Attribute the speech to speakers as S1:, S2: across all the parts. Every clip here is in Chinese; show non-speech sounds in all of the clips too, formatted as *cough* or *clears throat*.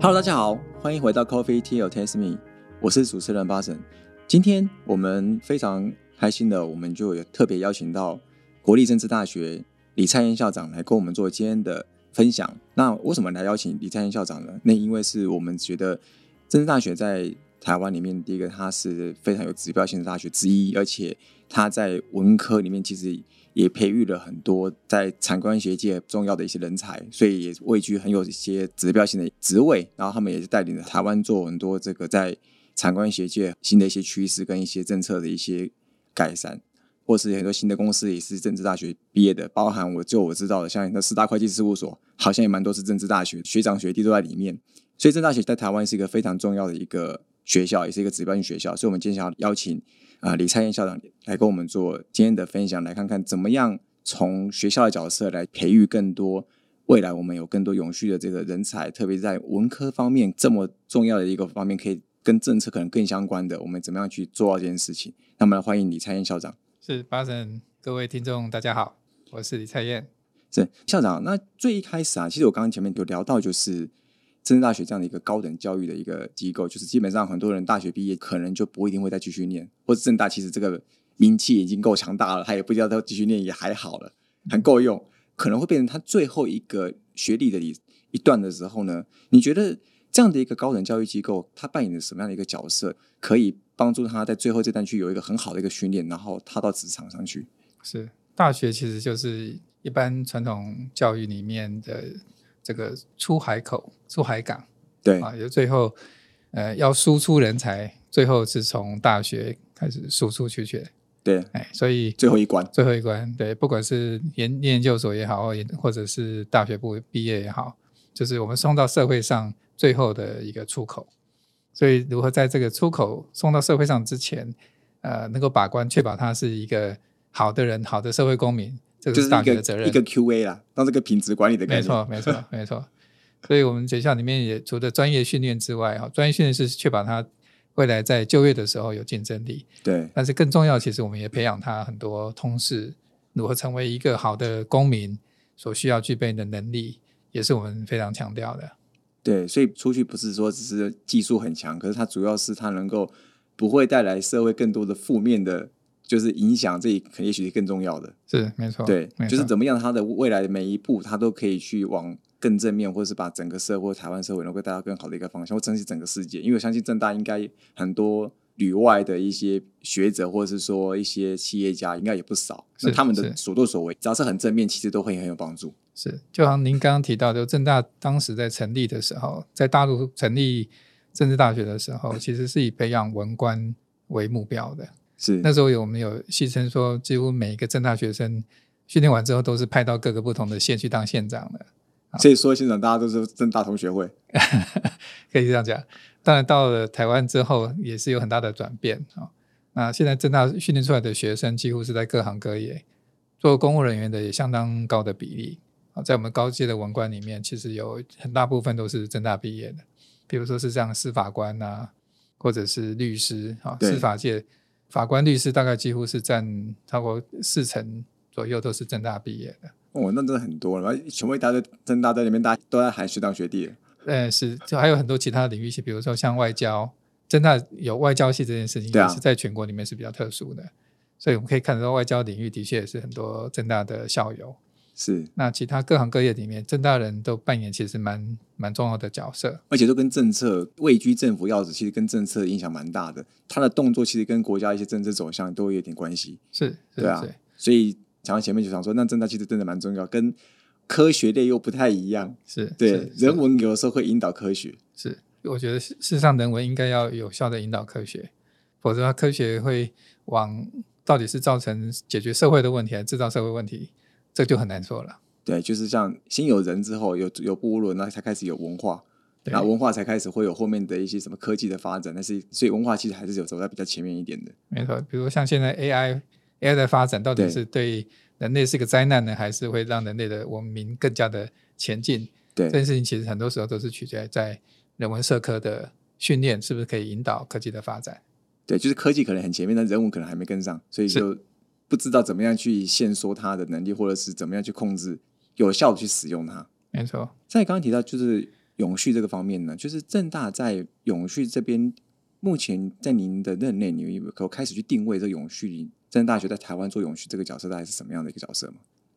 S1: Hello，大家好，欢迎回到 Coffee Tea or Taste Me，我是主持人巴神。今天我们非常开心的，我们就有特别邀请到国立政治大学李灿燕校长来跟我们做今天的分享。那为什么来邀请李灿燕校长呢？那因为是我们觉得政治大学在台湾里面，第一个它是非常有指标性的大学之一，而且它在文科里面其实也培育了很多在产官学界重要的一些人才，所以也位居很有一些指标性的职位。然后他们也是带领着台湾做很多这个在产官学界新的一些趋势跟一些政策的一些改善，或是很多新的公司也是政治大学毕业的，包含我就我知道的，像那四大会计事务所好像也蛮多是政治大学学长学弟都在里面。所以政大学在台湾是一个非常重要的一个学校，也是一个指标性学校。所以我们今天想要邀请啊、呃李灿燕校长来跟我们做今天的分享，来看看怎么样从学校的角色来培育更多未来我们有更多永续的这个人才，特别在文科方面这么重要的一个方面，可以跟政策可能更相关的，我们怎么样去做到这件事情？那么欢迎李灿燕校长。
S2: 是巴神，各位听众大家好，我是李蔡燕。
S1: 是校长，那最一开始啊，其实我刚刚前面有聊到，就是政治大学这样的一个高等教育的一个机构，就是基本上很多人大学毕业可能就不一定会再继续念，或者政大其实这个名气已经够强大了，他也不知道他继续念也还好了，很够用，可能会变成他最后一个学历的一一段的时候呢，你觉得这样的一个高等教育机构，它扮演着什么样的一个角色，可以帮助他在最后这段去有一个很好的一个训练，然后踏到职场上去？
S2: 是大学其实就是一般传统教育里面的这个出海口、出海港
S1: 对，
S2: 啊，也最后呃要输出人才，最后是从大学开始输出出去的。
S1: 对，
S2: 哎，所以
S1: 最后一关，
S2: 最后一关，对，不管是研研究所也好，或研或者是大学部毕业也好，就是我们送到社会上最后的一个出口。所以，如何在这个出口送到社会上之前，呃，能够把关，确保他是一个好的人、好的社会公民，这个
S1: 就是
S2: 是大
S1: 一
S2: 学的责
S1: 个
S2: 任。
S1: 一个 QA 啦，当这个品质管理的概
S2: 没
S1: 念。
S2: 错，没错，没错。所以我们学校里面也除了专业训练之外，哈，专业训练是确保他未来在就业的时候有竞争力。
S1: 对
S2: 但是更重要，其实我们也培养他很多通识，如何成为一个好的公民所需要具备的能力，也是我们非常强调的。
S1: 对，所以出去不是说只是技术很强，可是它主要是它能够不会带来社会更多的负面的，就是影响，这可也许是更重要的。
S2: 是没错，
S1: 对
S2: 哦没，
S1: 就是
S2: 错
S1: 怎么样，它的未来的每一步，它都可以去往更正面，或者是把整个社会、台湾社会能够带到更好的一个方向，或珍惜整个世界。因为我相信正大应该很多旅外的一些学者，或者是说一些企业家，应该也不少。那
S2: 是
S1: 他们的
S2: 是
S1: 所作所为，只要是很正面，其实都会很有帮助。
S2: 是，就好像您刚刚提到，就正大当时在成立的时候，在大陆成立政治大学的时候，其实是以培养文官为目标的。
S1: 是，
S2: 那时候有我们有戏称说，几乎每一个正大学生训练完之后，都是派到各个不同的县去当县长的。
S1: 所以说，现场大家都是正大同学会，
S2: 可以这样讲。当然，到了台湾之后，也是有很大的转变啊、哦。那现在正大训练出来的学生，几乎是在各行各业做公务人员的，也相当高的比例啊、在我们高阶的文官里面，其实有很大部分都是正大毕业的，比如说是像司法官啊，或者是律师啊、
S1: 对
S2: 司法界法官、律师大概几乎是占超过四成左右都是正大毕业的。
S1: 哦，那真的很多了，全部一大堆正大在里面，大家都在喊学长学弟了。
S2: 呃，是，就还有很多其他领域，比如说像外交，真的有外交系这件事情，
S1: 对啊
S2: 也是在全国里面是比较特殊的。所以我们可以看得到，外交领域的确也是很多正大的校友。
S1: 是，
S2: 那其他各行各业里面，正大人都扮演其实蛮蛮重要的角色。
S1: 而且都跟政策位居政府要职，其实跟政策影响蛮大的。他的动作其实跟国家一些政治走向都有点关系。
S2: 是，是
S1: 对啊
S2: 是
S1: 所以讲到前面就想说，那政大其实真的蛮重要，跟科学类又不太一样。
S2: 是，
S1: 对，
S2: 是
S1: 人文有的时候会引导科学。
S2: 是，我觉得事事实上人文应该要有效的引导科学，否则的话科学会往到底是造成解决社会的问题，还是制造社会问题，这就很难说了。
S1: 对，就是像先有人之后有有部落，那才开始有文化，
S2: 对
S1: 然后文化才开始会有后面的一些什么科技的发展。但是，所以文化其实还是有走在比较前面一点的。
S2: 没错，比如像现在 AI AI 的发展，到底
S1: 对
S2: 是对人类是个灾难呢，还是会让人类的文明更加的前进？
S1: 对
S2: 这，件事情其实很多时候都是取决于在人文社科的训练是不是可以引导科技的发展。
S1: 对，就是科技可能很前面，但人文可能还没跟上，所以
S2: 是
S1: 就不知道怎么样去限缩它的能力，或者是怎么样去控制，有效的去使用它。
S2: 没错，
S1: 再刚刚提到，就是永续这个方面呢，就是正大在永续这边，目前在您的任内，你有可开始去定位这永续，正大学在台湾做永续这个角色，大概是什么样的一个角色吗？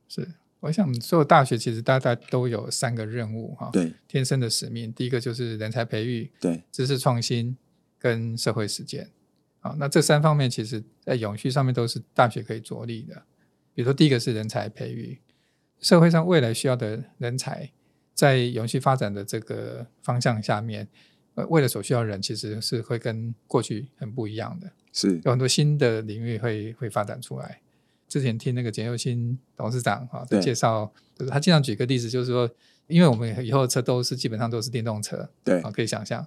S2: 是，我想所有大学其实大家都有三个任务哈，
S1: 对
S2: 天生的使命，第一个就是人才培育、
S1: 对，
S2: 知识创新跟社会实践。好，那这三方面其实在永续上面都是大学可以着力的。比如说，第一个是人才培育，社会上未来需要的人才，在永续发展的这个方向下面，呃，未来所需要的人其实是会跟过去很不一样的。
S1: 是
S2: 有很多新的领域会会发展出来。之前听那个简又新董事长哈、在
S1: 对
S2: 介绍，就是他经常举个例子，就是说，因为我们以后的车都是基本上都是电动车，
S1: 对
S2: 啊，可以想象，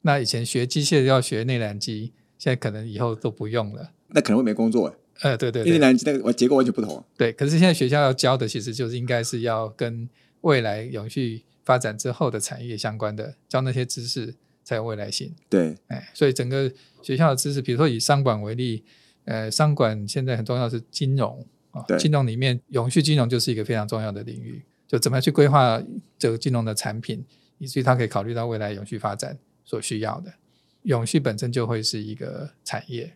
S2: 那以前学机械要学内燃机，现在可能以后都不用了。
S1: 那可能会没工作，
S2: 呃，对对
S1: 因为
S2: 对
S1: 南极那个结构完全不同。啊
S2: 对，可是现在学校要教的其实就是应该是要跟未来永续发展之后的产业相关的，教那些知识才有未来性。
S1: 对
S2: 哎，所以整个学校的知识，比如说以商管为例，呃，商管现在很重要的是金融啊
S1: 对，
S2: 金融里面永续金融就是一个非常重要的领域，就怎么样去规划这个金融的产品，以至于它可以考虑到未来永续发展所需要的。永续本身就会是一个产业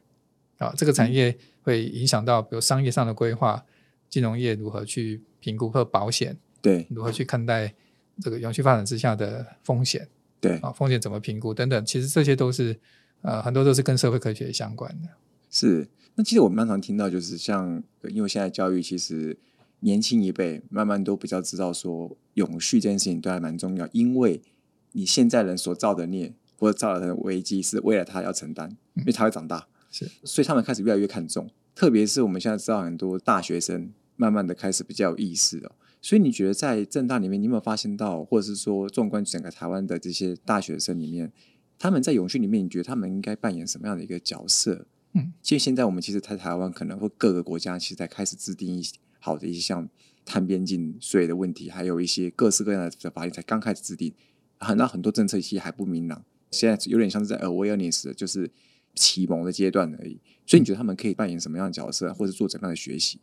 S2: 啊，这个产业会影响到比如商业上的规划，金融业如何去评估和保险，
S1: 对
S2: 如何去看待这个永续发展之下的风险。
S1: 对，
S2: 啊，风险怎么评估等等，其实这些都是呃很多都是跟社会科学相关的。
S1: 是。那其实我们蛮常听到，就是像呃因为现在教育其实年轻一辈慢慢都比较知道说永续这件事情对他蛮重要，因为你现在人所造的孽或者造成的危机是未来他要承担，因为他会长大，
S2: 是，
S1: 所以他们开始越来越看重。特别是我们现在知道很多大学生慢慢的开始比较有意识哦。所以你觉得在政大里面，你有没有发现到，或者是说纵观整个台湾的这些大学生里面，他们在永续里面，你觉得他们应该扮演什么样的一个角色？
S2: 嗯，
S1: 其实现在我们其实在台湾可能或各个国家，其实在开始制定一些好的一项碳边境税的问题，还有一些各式各样的法律才刚开始制定，很那很多政策其实还不明朗，现在有点像是在 awareness，就是启蒙的阶段而已。所以你觉得他们可以扮演什么样的角色，或者做怎么样的学习？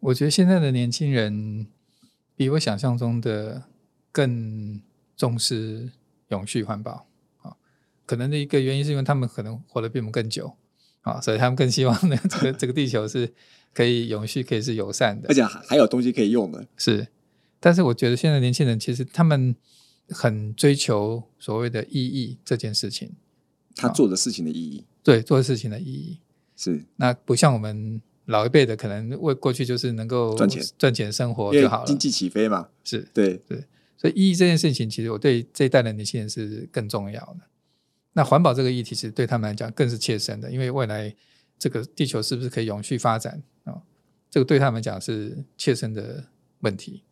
S2: 我觉得现在的年轻人比我想象中的更重视永续环保啊，可能的一个原因是因为他们可能活得比我们更久啊，所以他们更希望呢这个这个地球是可以永续，可以是友善的
S1: 而。且还还有东西可以用的，
S2: 是，但是我觉得现在年轻人其实他们很追求所谓的意义这件事情，啊
S1: 他做的事情的意义
S2: 对做事情的意义。
S1: 是
S2: 那不像我们老一辈的，可能为过去就是能够
S1: 赚钱、
S2: 赚钱生活
S1: 因
S2: 哦就
S1: 为
S2: 好了
S1: 经。济起飞嘛？
S2: 是，
S1: 对
S2: 所以意义这件事情，其实我对这一代的年轻人是更重要的。那环保这个议题，其实对他们来讲更是切身的，因为未来这个地球是不是可以永续发展啊、哦这个对他们讲是切身的问题。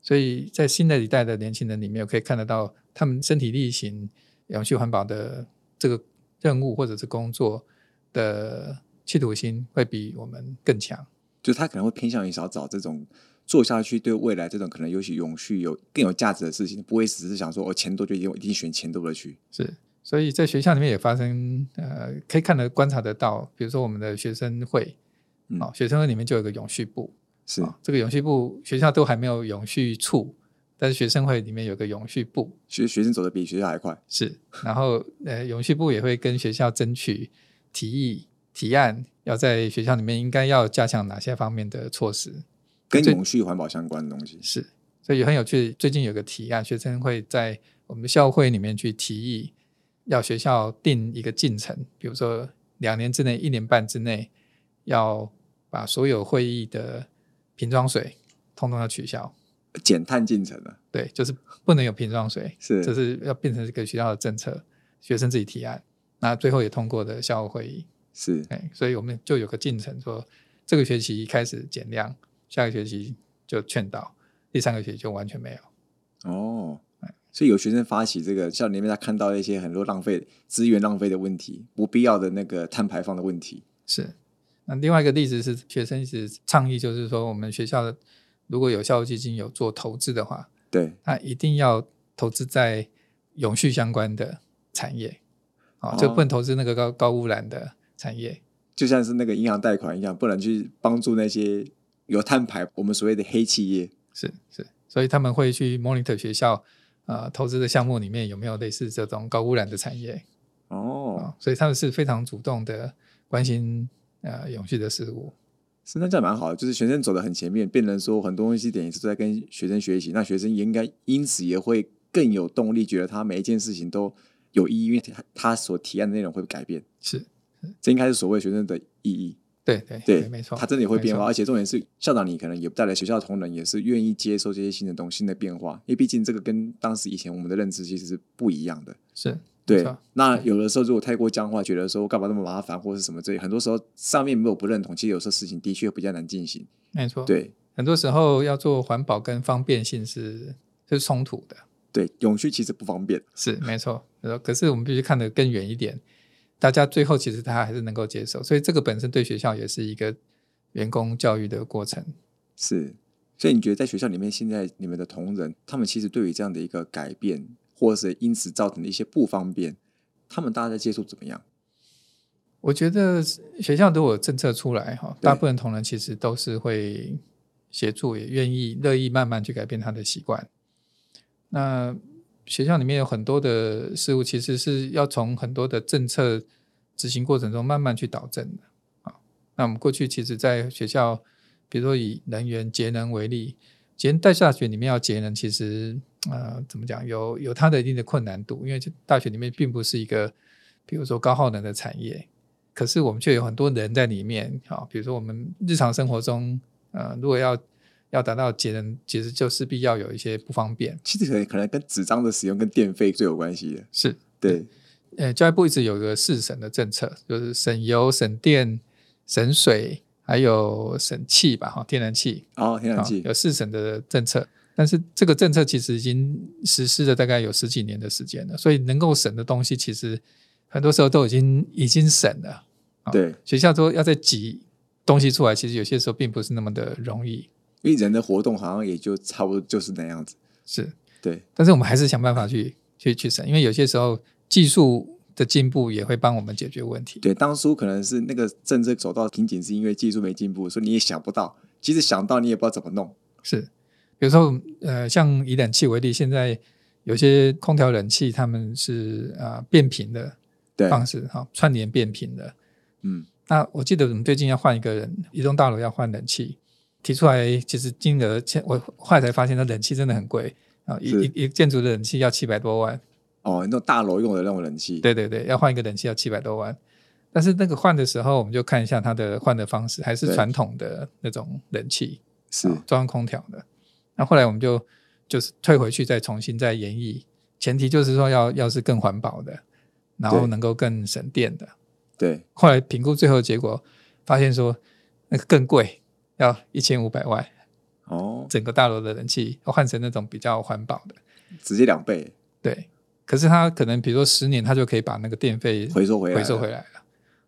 S2: 所以在新的一代的年轻人里面，我可以看得到他们身体力行永续环保的这个任务或者是工作的企图心，会比我们更强。
S1: 就是他可能会偏向于想找这种做下去对未来这种可能有许永续有更有价值的事情，不会只是想说哦钱多就一定一定选钱多的去。
S2: 是，所以在学校里面也发生，呃，可以看得观察得到，比如说我们的学生会，
S1: 嗯
S2: 哦，学生会里面就有一个永续部，
S1: 是
S2: 哦这个永续部学校都还没有永续处，但是学生会里面有个永续部，
S1: 学学生走的比学校还快，
S2: 是，然后呃，永续部也会跟学校争取提议提案，要在学校里面应该要加强哪些方面的措施，
S1: 跟
S2: 这
S1: 永续环保相关的东西。
S2: 是，所以很有趣。最近有个提案，学生会在我们的校会里面去提议，要学校定一个进程，比如说两年之内、一年半之内，要把所有会议的瓶装水通通要取消。
S1: 减碳呃进程啊，
S2: 对，就是不能有瓶装水，
S1: 是
S2: 这是要变成这个学校的政策，学生自己提案，那最后也通过的校会议。
S1: 是
S2: 哎，所以我们就有个进程说，这个学期开始减量，下个学期就劝导，第三个学期就完全没有。
S1: 哦。所以有学生发起这个，校里面他看到一些很多浪费资源浪费的问题，不必要的那个碳排放的问题。
S2: 是，那另外一个例子是学生一直倡议，就是说我们学校的如果有校友基金有做投资的话，
S1: 对，
S2: 那一定要投资在永续相关的产业，啊、就
S1: 哦
S2: 不能投资那个高高污染的产业。
S1: 就像是那个银行贷款一样，不能去帮助那些有碳排，我们所谓的黑企业。
S2: 是是，所以他们会去 monitor 学校呃投资的项目里面有没有类似这种高污染的产业啊、
S1: 哦，
S2: 所以他们是非常主动的关心呃永续的事物。
S1: 是那这样蛮好的，就是学生走得很前面，变成说很多东西点也是在跟学生学习，那学生也应该因此也会更有动力，觉得他每一件事情都有意义，因为他他所提案的内容会改变，
S2: 是
S1: 这应该是所谓学生的意义。
S2: 对对
S1: 对，
S2: 没错，
S1: 他真的也会变化，
S2: 没
S1: 而
S2: 错。
S1: 且重点是校长你可能也带来学校的同仁也是愿意接受这些新的东西新的变化，因为毕竟这个跟当时以前我们的认知其实是不一样的。
S2: 是
S1: 对
S2: 没错，
S1: 那有的时候如果太过僵化，觉得说干嘛那么麻烦或是什么之类，很多时候上面没有不认同，其实有时候事情的确比较难进行。
S2: 没错，，
S1: 对
S2: 很多时候要做环保跟方便性是是冲突的，
S1: 对，永续其实不方便。
S2: 是没错。可是我们必须看得更远一点，大家最后其实他还是能够接受，所以这个本身对学校也是一个员工教育的过程。
S1: 是，所以你觉得在学校里面，现在你们的同仁，他们其实对于这样的一个改变，或是因此造成的一些不方便，他们大家在接触怎么样？
S2: 我觉得学校如果有政策出来哈，
S1: 对
S2: 大部分同仁其实都是会协助，也愿意乐意慢慢去改变他的习惯。那学校里面有很多的事物，其实是要从很多的政策执行过程中慢慢去导正的啊。那我们过去其实，在学校，比如说以能源节能为例，节能在大学里面要节能，其实呃怎么讲，有有它的一定的困难度，因为大学里面并不是一个比如说高耗能的产业，可是我们却有很多人在里面啊、比如说我们日常生活中，呃，如果要要达到节能，其实就势必要有一些不方便。
S1: 其实可能可能跟纸张的使用跟电费最有关系的。
S2: 是，
S1: 对，
S2: 呃，教育部一直有一个四省的政策，就是省油、省电、省水，还有省气吧，哈、天然气，
S1: 哦，天
S2: 啊
S1: 然气，
S2: 有四省的政策。但是这个政策其实已经实施了大概有十几年的时间了，所以能够省的东西，其实很多时候都已经已经省了。好
S1: 对，
S2: 学校说要再挤东西出来，其实有些时候并不是那么的容易。
S1: 因为人的活动好像也就差不多就是那样子。
S2: 是，
S1: 对，
S2: 但是我们还是想办法去去去省，因为有些时候技术的进步也会帮我们解决问题。
S1: 对，当初可能是那个政策走到瓶颈，是因为技术没进步，所以你也想不到，即使想到你也不知道怎么弄。
S2: 是，比如说呃，像以冷气为例，现在有些空调冷气他们是啊、呃变频的
S1: 对，
S2: 方式哈、串联变频的。
S1: 嗯，
S2: 那我记得我们最近要换一个人，一栋大楼要换冷气，提出来其实金额，现我后来才发现，那冷气真的很贵啊，一
S1: 是
S2: 一一建筑的冷气要七百多万，
S1: 哦，那种大楼用的那种冷气，
S2: 对对对，要换一个冷气要七百多万。但是那个换的时候，我们就看一下它的换的方式，还是
S1: 对
S2: 传统的那种冷气，
S1: 是
S2: 啊中央空调的。那后来我们就就是退回去，再重新再演绎，前提就是说要要是更环保的，然后
S1: 对
S2: 能够更省电的。
S1: 对，
S2: 后来评估最后的结果，发现说那个更贵，要一千五百万，
S1: 哦，
S2: 整个大楼的冷气要换成那种比较环保的。
S1: 直接两倍
S2: 对，可是它可能比如说十年，它就可以把那个电费
S1: 回收回来，
S2: 回收回来了。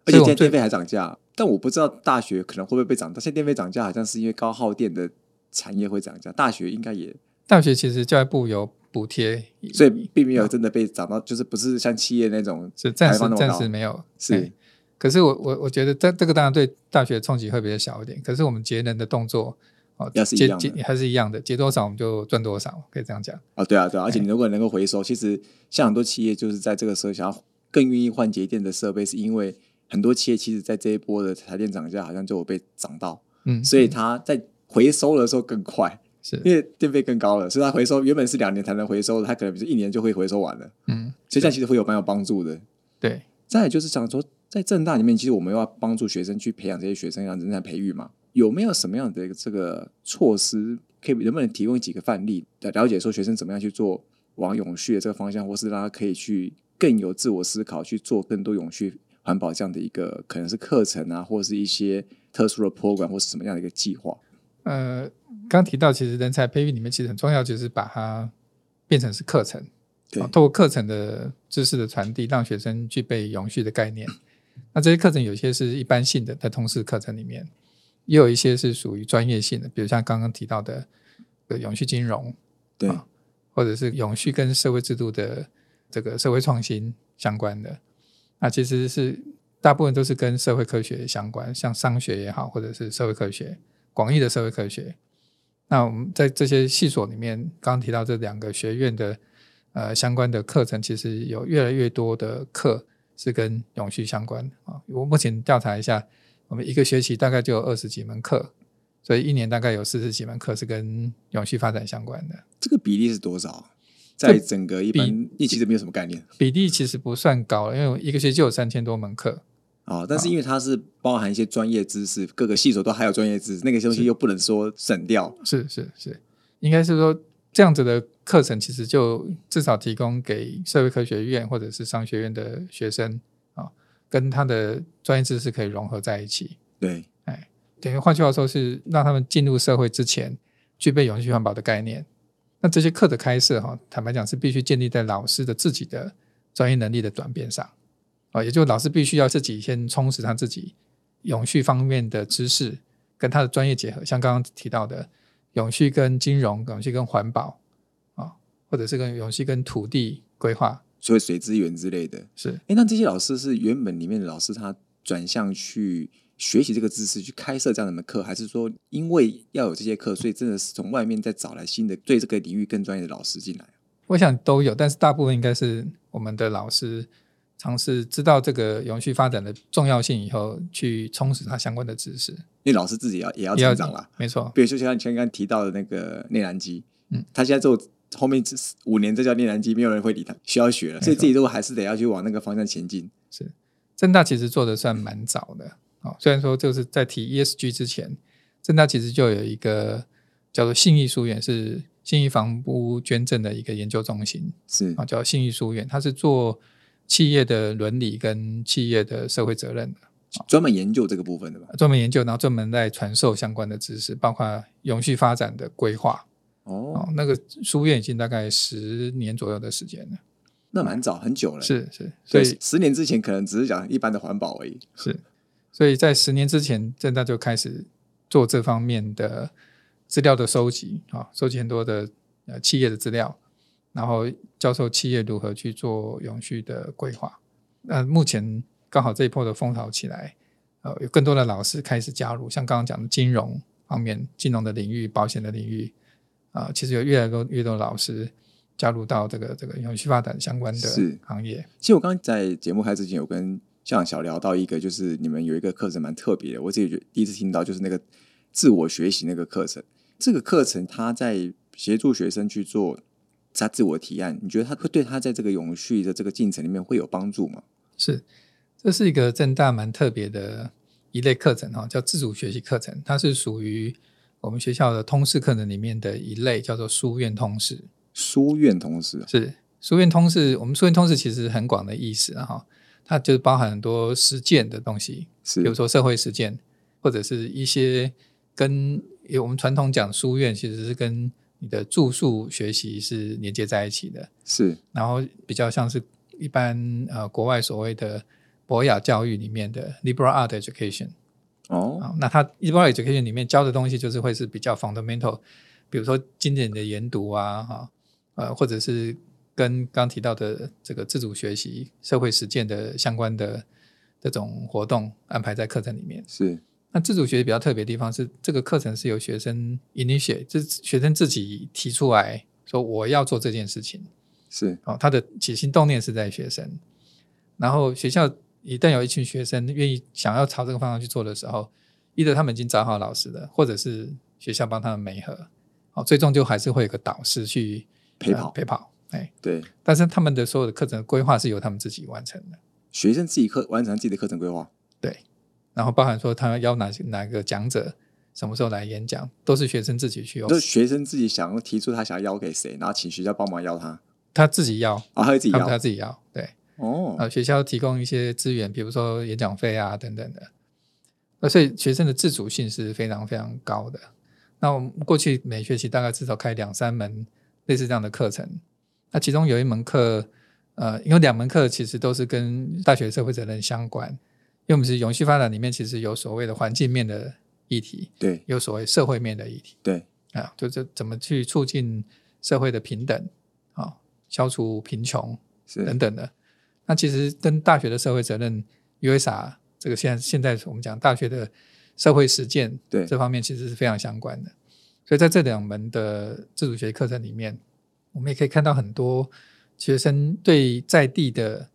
S1: 而
S2: 所
S1: 且
S2: 以
S1: 现
S2: 我
S1: 在电
S2: 们最
S1: 费还涨价，但我不知道大学可能会不会被涨价。现在电费涨价好像是因为高耗电的产业会涨价，大学应该也，
S2: 大学其实教育部有补贴，
S1: 所以并没有真的被涨到，就是不是像企业那种
S2: 是暂时
S1: 排放那么
S2: 暂
S1: 高
S2: 时没有
S1: 是
S2: 哎可是我我我觉得这这个当然对大学冲击会比较小一点，可是我们节能的动作哦，
S1: 要是一
S2: 节
S1: 样的
S2: 节还是一样的，节多少我们就赚多少，可以这样讲。
S1: 啊，对啊，对啊，而且你如果能够回收，其实像很多企业就是在这个时候想要更愿意换节电的设备，是因为很多企业其实在这一波的台电涨价好像就有被涨到，
S2: 嗯，
S1: 所以它在回收的时候更快，
S2: 是
S1: 因为电费更高了，所以它回收原本是两年才能回收的，它可能是一年就会回收完了，
S2: 嗯
S1: 所以这样其实会有蛮有帮助的。
S2: 对
S1: 再来就是想说，在正大里面，其实我们要帮助学生去培养这些学生，让人才培育嘛。有没有什么样的一个这个措施，可以能不能提供几个范例，来了解说学生怎么样去做往永续的这个方向，或是让他可以去更有自我思考，去做更多永续环保这样的一个可能是课程啊，或是一些特殊的 program 或是什么样的一个计划？
S2: 呃，刚提到其实人才培育里面其实很重要，就是把它变成是课程，
S1: 对
S2: 啊透过课程的知识的传递，让学生具备永续的概念。 *clears throat* 那这些课程有些是一般性的，在通识课程里面，也有一些是属于专业性的，比如像刚刚提到的呃永续金融，
S1: 对
S2: 啊或者是永续跟社会制度的这个社会创新相关的。那其实是大部分都是跟社会科学相关，像商学也好，或者是社会科学，广义的社会科学。那我们在这些系所里面，刚刚提到这两个学院的呃相关的课程，其实有越来越多的课是跟永续相关的啊。我目前调查一下，我们一个学期大概就有二十几门课，所以一年大概有四十几门课是跟永续发展相关的。
S1: 这个比例是多少？在整个一般，你其实没有什么概念
S2: 比例其实不算高，因为我一个学期有三千多门课，
S1: 啊、哦。但是因为它是包含一些专业知识，各个系所都还有专业知识，那个东西又不能说省掉。
S2: 是是是，应该是说这样子的课程，其实就至少提供给社会科学院或者是商学院的学生啊、跟他的专业知识可以融合在一起。
S1: 对，
S2: 等于换句话说是让他们进入社会之前具备永续环保的概念。那这些课的开设哈，坦白讲是必须建立在老师的自己的专业能力的转变上啊，也就是老师必须要自己先充实他自己永续方面的知识，跟他的专业结合，像刚刚提到的永续跟金融、永续跟环保啊，或者是跟永续跟土地规划
S1: 所以水资源之类的。
S2: 是
S1: 哎，那这些老师是原本里面的老师他转向去学习这个知识，去开设这样的课，还是说因为要有这些课，所以真的是从外面再找来新的对这个领域更专业的老师进来？
S2: 我想都有，但是大部分应该是我们的老师尝试知道这个永续发展的重要性以后，去充实它相关的知识，
S1: 因为老师自己也要也要
S2: 也要
S1: 成长啦。
S2: 没错，
S1: 比如说像你刚刚提到的那个内燃机，
S2: 嗯，
S1: 他现在做后面这五年这叫内燃机，没有人会理他，需要学了，
S2: 错
S1: 所以自己都还是得要去往那个方向前进。
S2: 正大其实做的算蛮早的哦，虽然说就是在提 ESG 之前，正大其实就有一个叫做信义书院，是信义房屋捐赠的一个研究中心
S1: 是
S2: 啊，叫信义书院，它是做企业的伦理跟企业的社会责任的，
S1: 专门研究这个部分的吧？
S2: 专门研究，然后专门在传授相关的知识，包括永续发展的规划
S1: 哦，
S2: 哦。那个书院已经大概十年左右的时间了，
S1: 那蛮早，很久了。，
S2: 是是，
S1: 所
S2: 所以
S1: 以十年之前可能只是讲一般的环保而已。
S2: 是，所以在十年之前，正大就开始做这方面的资料的收集啊，收集很多的呃企业的资料，然后教授企业如何去做永续的规划。那目前刚好这一波的风潮起来，呃，有更多的老师开始加入，像刚刚讲的金融方面、金融的领域、保险的领域，啊、其实有越来越多越多的老师加入到这个这个永续发展相关的
S1: 是
S2: 行业。
S1: 其实我刚刚在节目开始之前，有跟校长小聊到一个，就是你们有一个课程蛮特别的，我自己觉得第一次听到，就是那个自我学习那个课程。这个课程它在协助学生去做他自我提案，你觉得他会对他在这个永续的这个进程里面会有帮助吗？
S2: 是，这是一个正大蛮特别的一类课程哈、叫自主学习课程，它是属于我们学校的通识课程里面的一类，叫做书院通识。
S1: 书院同时
S2: 是书院通识，我们书院通识其实很广的意思啊哈、它就是包含很多实践的东西，
S1: 是
S2: 比如说社会实践，或者是一些跟因为我们传统讲书院其实是跟你的住宿学习是连接在一起的，
S1: 是
S2: 然后比较像是一般呃国外所谓的博雅教育里面的 liberal art education
S1: 哦
S2: 啊、那它 liberal education 里面教的东西就是会是比较 fundamental，比如说经典的研读啊哈、呃或者是跟刚提到的这个自主学习、社会实践的相关的 *laughs* 这种活动安排在课程里面。
S1: 是
S2: 那自主学习比较特别的地方是，这个课程是由学生 initiate，这学生自己提出来说我要做这件事情。
S1: 是
S2: 哦，他的起心动念是在学生，然后学校一旦有一群学生愿意想要朝这个方向去做的时候，either 他们已经找好老师了，或者是学校帮他们媒合，哦，最终就还是会有个导师去
S1: 陪
S2: 呃
S1: 跑
S2: 陪跑，哎，
S1: 对
S2: 但是他们的所有的课程规划是由他们自己完成的，
S1: 学生自己课完成自己的课程规划
S2: 对，然后包含说他要哪些哪个讲者什么时候来演讲，都是学生自己去哦，
S1: 就是学生自己想要提出他想要邀给谁，然后请学校帮忙邀他，啊
S2: 他自己要，
S1: 啊，他会自己
S2: 他们他
S1: 邀
S2: 自己要，对。
S1: 哦，
S2: 呃，学校提供一些资源，比如说演讲费啊等等的。那所以学生的自主性是非常非常高的。那我们过去每学期大概至少开两三门类似这样的课程。那其中有一门课，呃，有两门课其实都是跟大学社会责任相关，因为我们是永续发展里面其实有所谓的环境面的议题，
S1: 对
S2: 有所谓社会面的议题。
S1: 对
S2: 啊，就是怎么去促进社会的平等啊，消除贫穷等
S1: 是
S2: 等的。那其实跟大学的社会责任 USR 这个现在现在我们讲大学的社会实践
S1: 对
S2: 这方面其实是非常相关的。所以在这两门的自主学习课程里面，我们也可以看到很多学生对在地的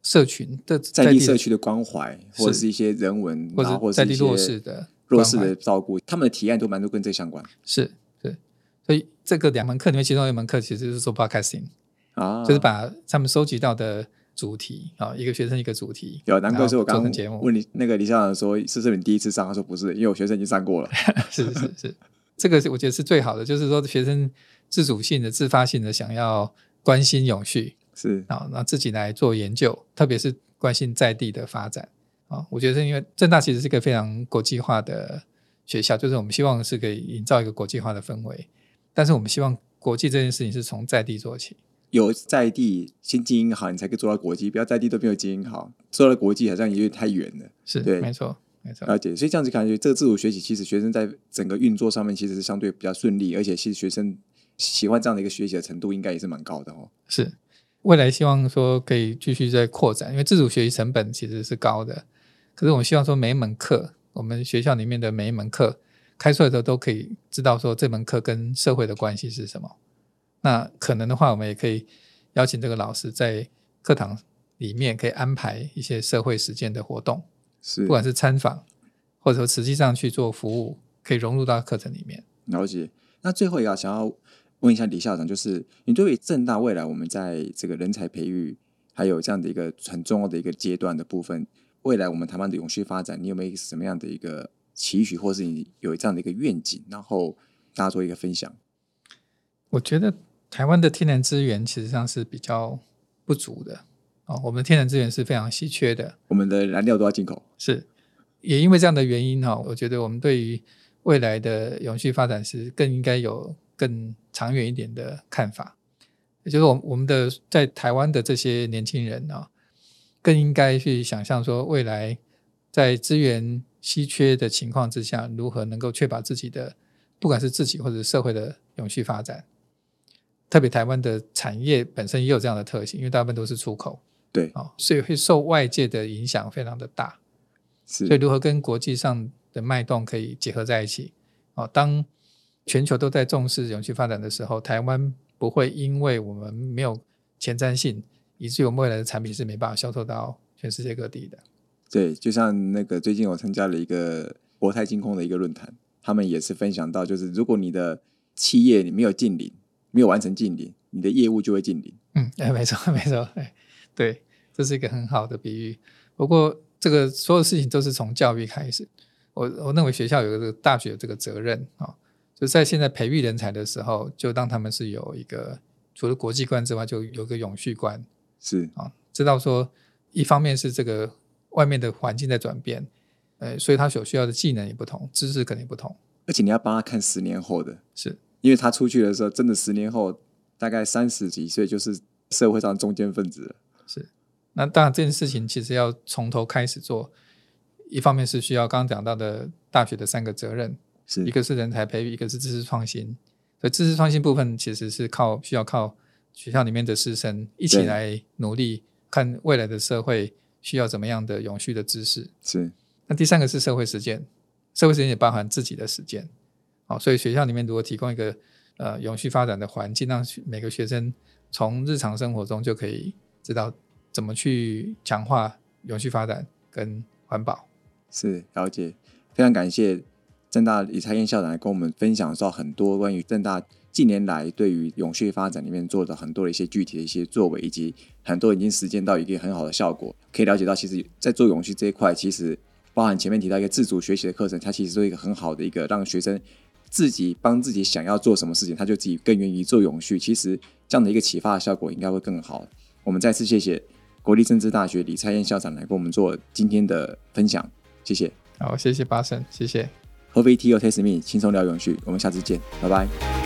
S2: 社群的
S1: 在地
S2: 的
S1: 社区的关怀，
S2: 是
S1: 或者是一些人文，
S2: 或
S1: 然后
S2: 者
S1: 或
S2: 在
S1: 者
S2: 地
S1: 是一
S2: 弱
S1: 些
S2: 势的
S1: 弱
S2: 关
S1: 势
S2: 怀
S1: 的照顾，他们的提案都蛮多跟这相关
S2: 是是，所以这个两门课里面，其中一门课其实就是做 podcasting，、
S1: 啊，
S2: 就是把他们收集到的主题啊，一个学生一个主题，
S1: 有，难怪是我刚
S2: 然后做成
S1: 刚
S2: 节目，
S1: 问你那个李校长说，是不是你第一次上？他说不是，因为我学生已经上
S2: *laughs*
S1: 过了。
S2: 是是是，这个是我觉得是最好的，就是说学生自主性的、自发性的想要关心永续
S1: 是
S2: 啊，那自己来做研究，特别是关心在地的发展啊。我觉得是因为正大其实是一个非常国际化的学校，就是我们希望是可以营造一个国际化的氛围，但是我们希望国际这件事情是从在地做起。
S1: 有在地先经营好，你才可以做到国际，不要在地都没有经营好，做到国际好像也有点太远了。
S2: 是，
S1: 对
S2: 没错，没错，
S1: 了解，所以这样子感觉，这个自主学习其实学生在整个运作上面其实是相对比较顺利，而且其实学生喜欢这样的一个学习的程度应该也是蛮高的哦。
S2: 是。未来希望说可以继续再扩展，因为自主学习成本其实是高的，可是我们希望说每一门课，我们学校里面的每一门课开出来的时候都可以知道说这门课跟社会的关系是什么。那可能的话，我们也可以邀请这个老师在课堂里面可以安排一些社会实践的活动，
S1: 是
S2: 不，管是参访，或者说实际上去做服务，可以融入到课程里面。
S1: 了解。那最后也要想要问一下李校长，就是你对于正大未来我们在这个人才培育还有这样的一个很重要的一个阶段的部分，未来我们台湾的永续发展，你有没有一个什么样的一个期许，或是你有这样的一个愿景，然后大家做一个分享？
S2: 我觉得台湾的天然资源其实上是比较不足的哦，我们的天然资源是非常稀缺的，
S1: 我们的燃料都要进口，
S2: 是也因为这样的原因哈、我觉得我们对于未来的永续发展是更应该有更长远一点的看法，也就是我我们的在台湾的这些年轻人啊、更应该去想象说未来在资源稀缺的情况之下，如何能够确保自己的不管是自己或者社会的永续发展。特别台湾的产业本身也有这样的特性，因为大部分都是出口
S1: 对，
S2: 啊、哦，所以会受外界的影响非常的大。
S1: 是
S2: 所以如何跟国际上的脉动可以结合在一起？哦，当全球都在重视永续发展的时候，台湾不会因为我们没有前瞻性，以至于我们未来的产品是没办法销售到全世界各地的。
S1: 对，就像那个最近我参加了一个国泰金控的一个论坛，他们也是分享到，就是如果你的企业你没有近邻，没有完成近邻，你的业务就会近邻。
S2: 嗯， *laughs* 哎，没错，没错，哎，对，这是一个很好的比喻。不过，这个所有事情都是从教育开始。我我认为学校有这个大学有这个责任啊、哦，就在现在培育人才的时候，就让他们是有一个除了国际观之外，就有一个永续观。
S1: 是
S2: 啊，知道说一方面是这个外面的环境在转变，呃，所以他所需要的技能也不同，知识肯定不同，
S1: 而且你要帮他看十年后的，
S2: 是
S1: 因为他出去的时候，真的十年后大概三十几岁就是社会上中间分子了。
S2: 是。那当然这件事情其实要从头开始做，一方面是需要刚刚讲到的大学的三个责任，
S1: 是
S2: 一个是人才培育，一个是知识创新。所以知识创新部分其实是靠需要靠学校里面的师生一起
S1: 对
S2: 来努力，看未来的社会需要怎么样的永续的知识。
S1: 是
S2: 那第三个是社会实践，社会实践也包含自己的实践。好、所以学校里面如果提供一个呃永续发展的环境，让学每个学生从日常生活中就可以知道怎么去强化永续发展跟环保。
S1: 是了解，非常感谢正大李才燕校长来跟我们分享到很多关于正大近年来对于永续发展里面做的很多的一些具体的一些作为，以及很多已经实践到一个很好的效果，可以了解到其实在做永续这一块，其实包含前面提到一个自主学习的课程，它其实是一个很好的一个让学生。自己帮自己想要做什么事情，他就自己更愿意做永续。其实这样的一个启发的效果应该会更好。我们再次谢谢国立政治大学李蔡燕校长来跟我们做今天的分享，谢谢。
S2: 好，谢谢巴神，谢谢。
S1: 合肥 T O Test Me 轻松聊永续，我们下次见，拜拜。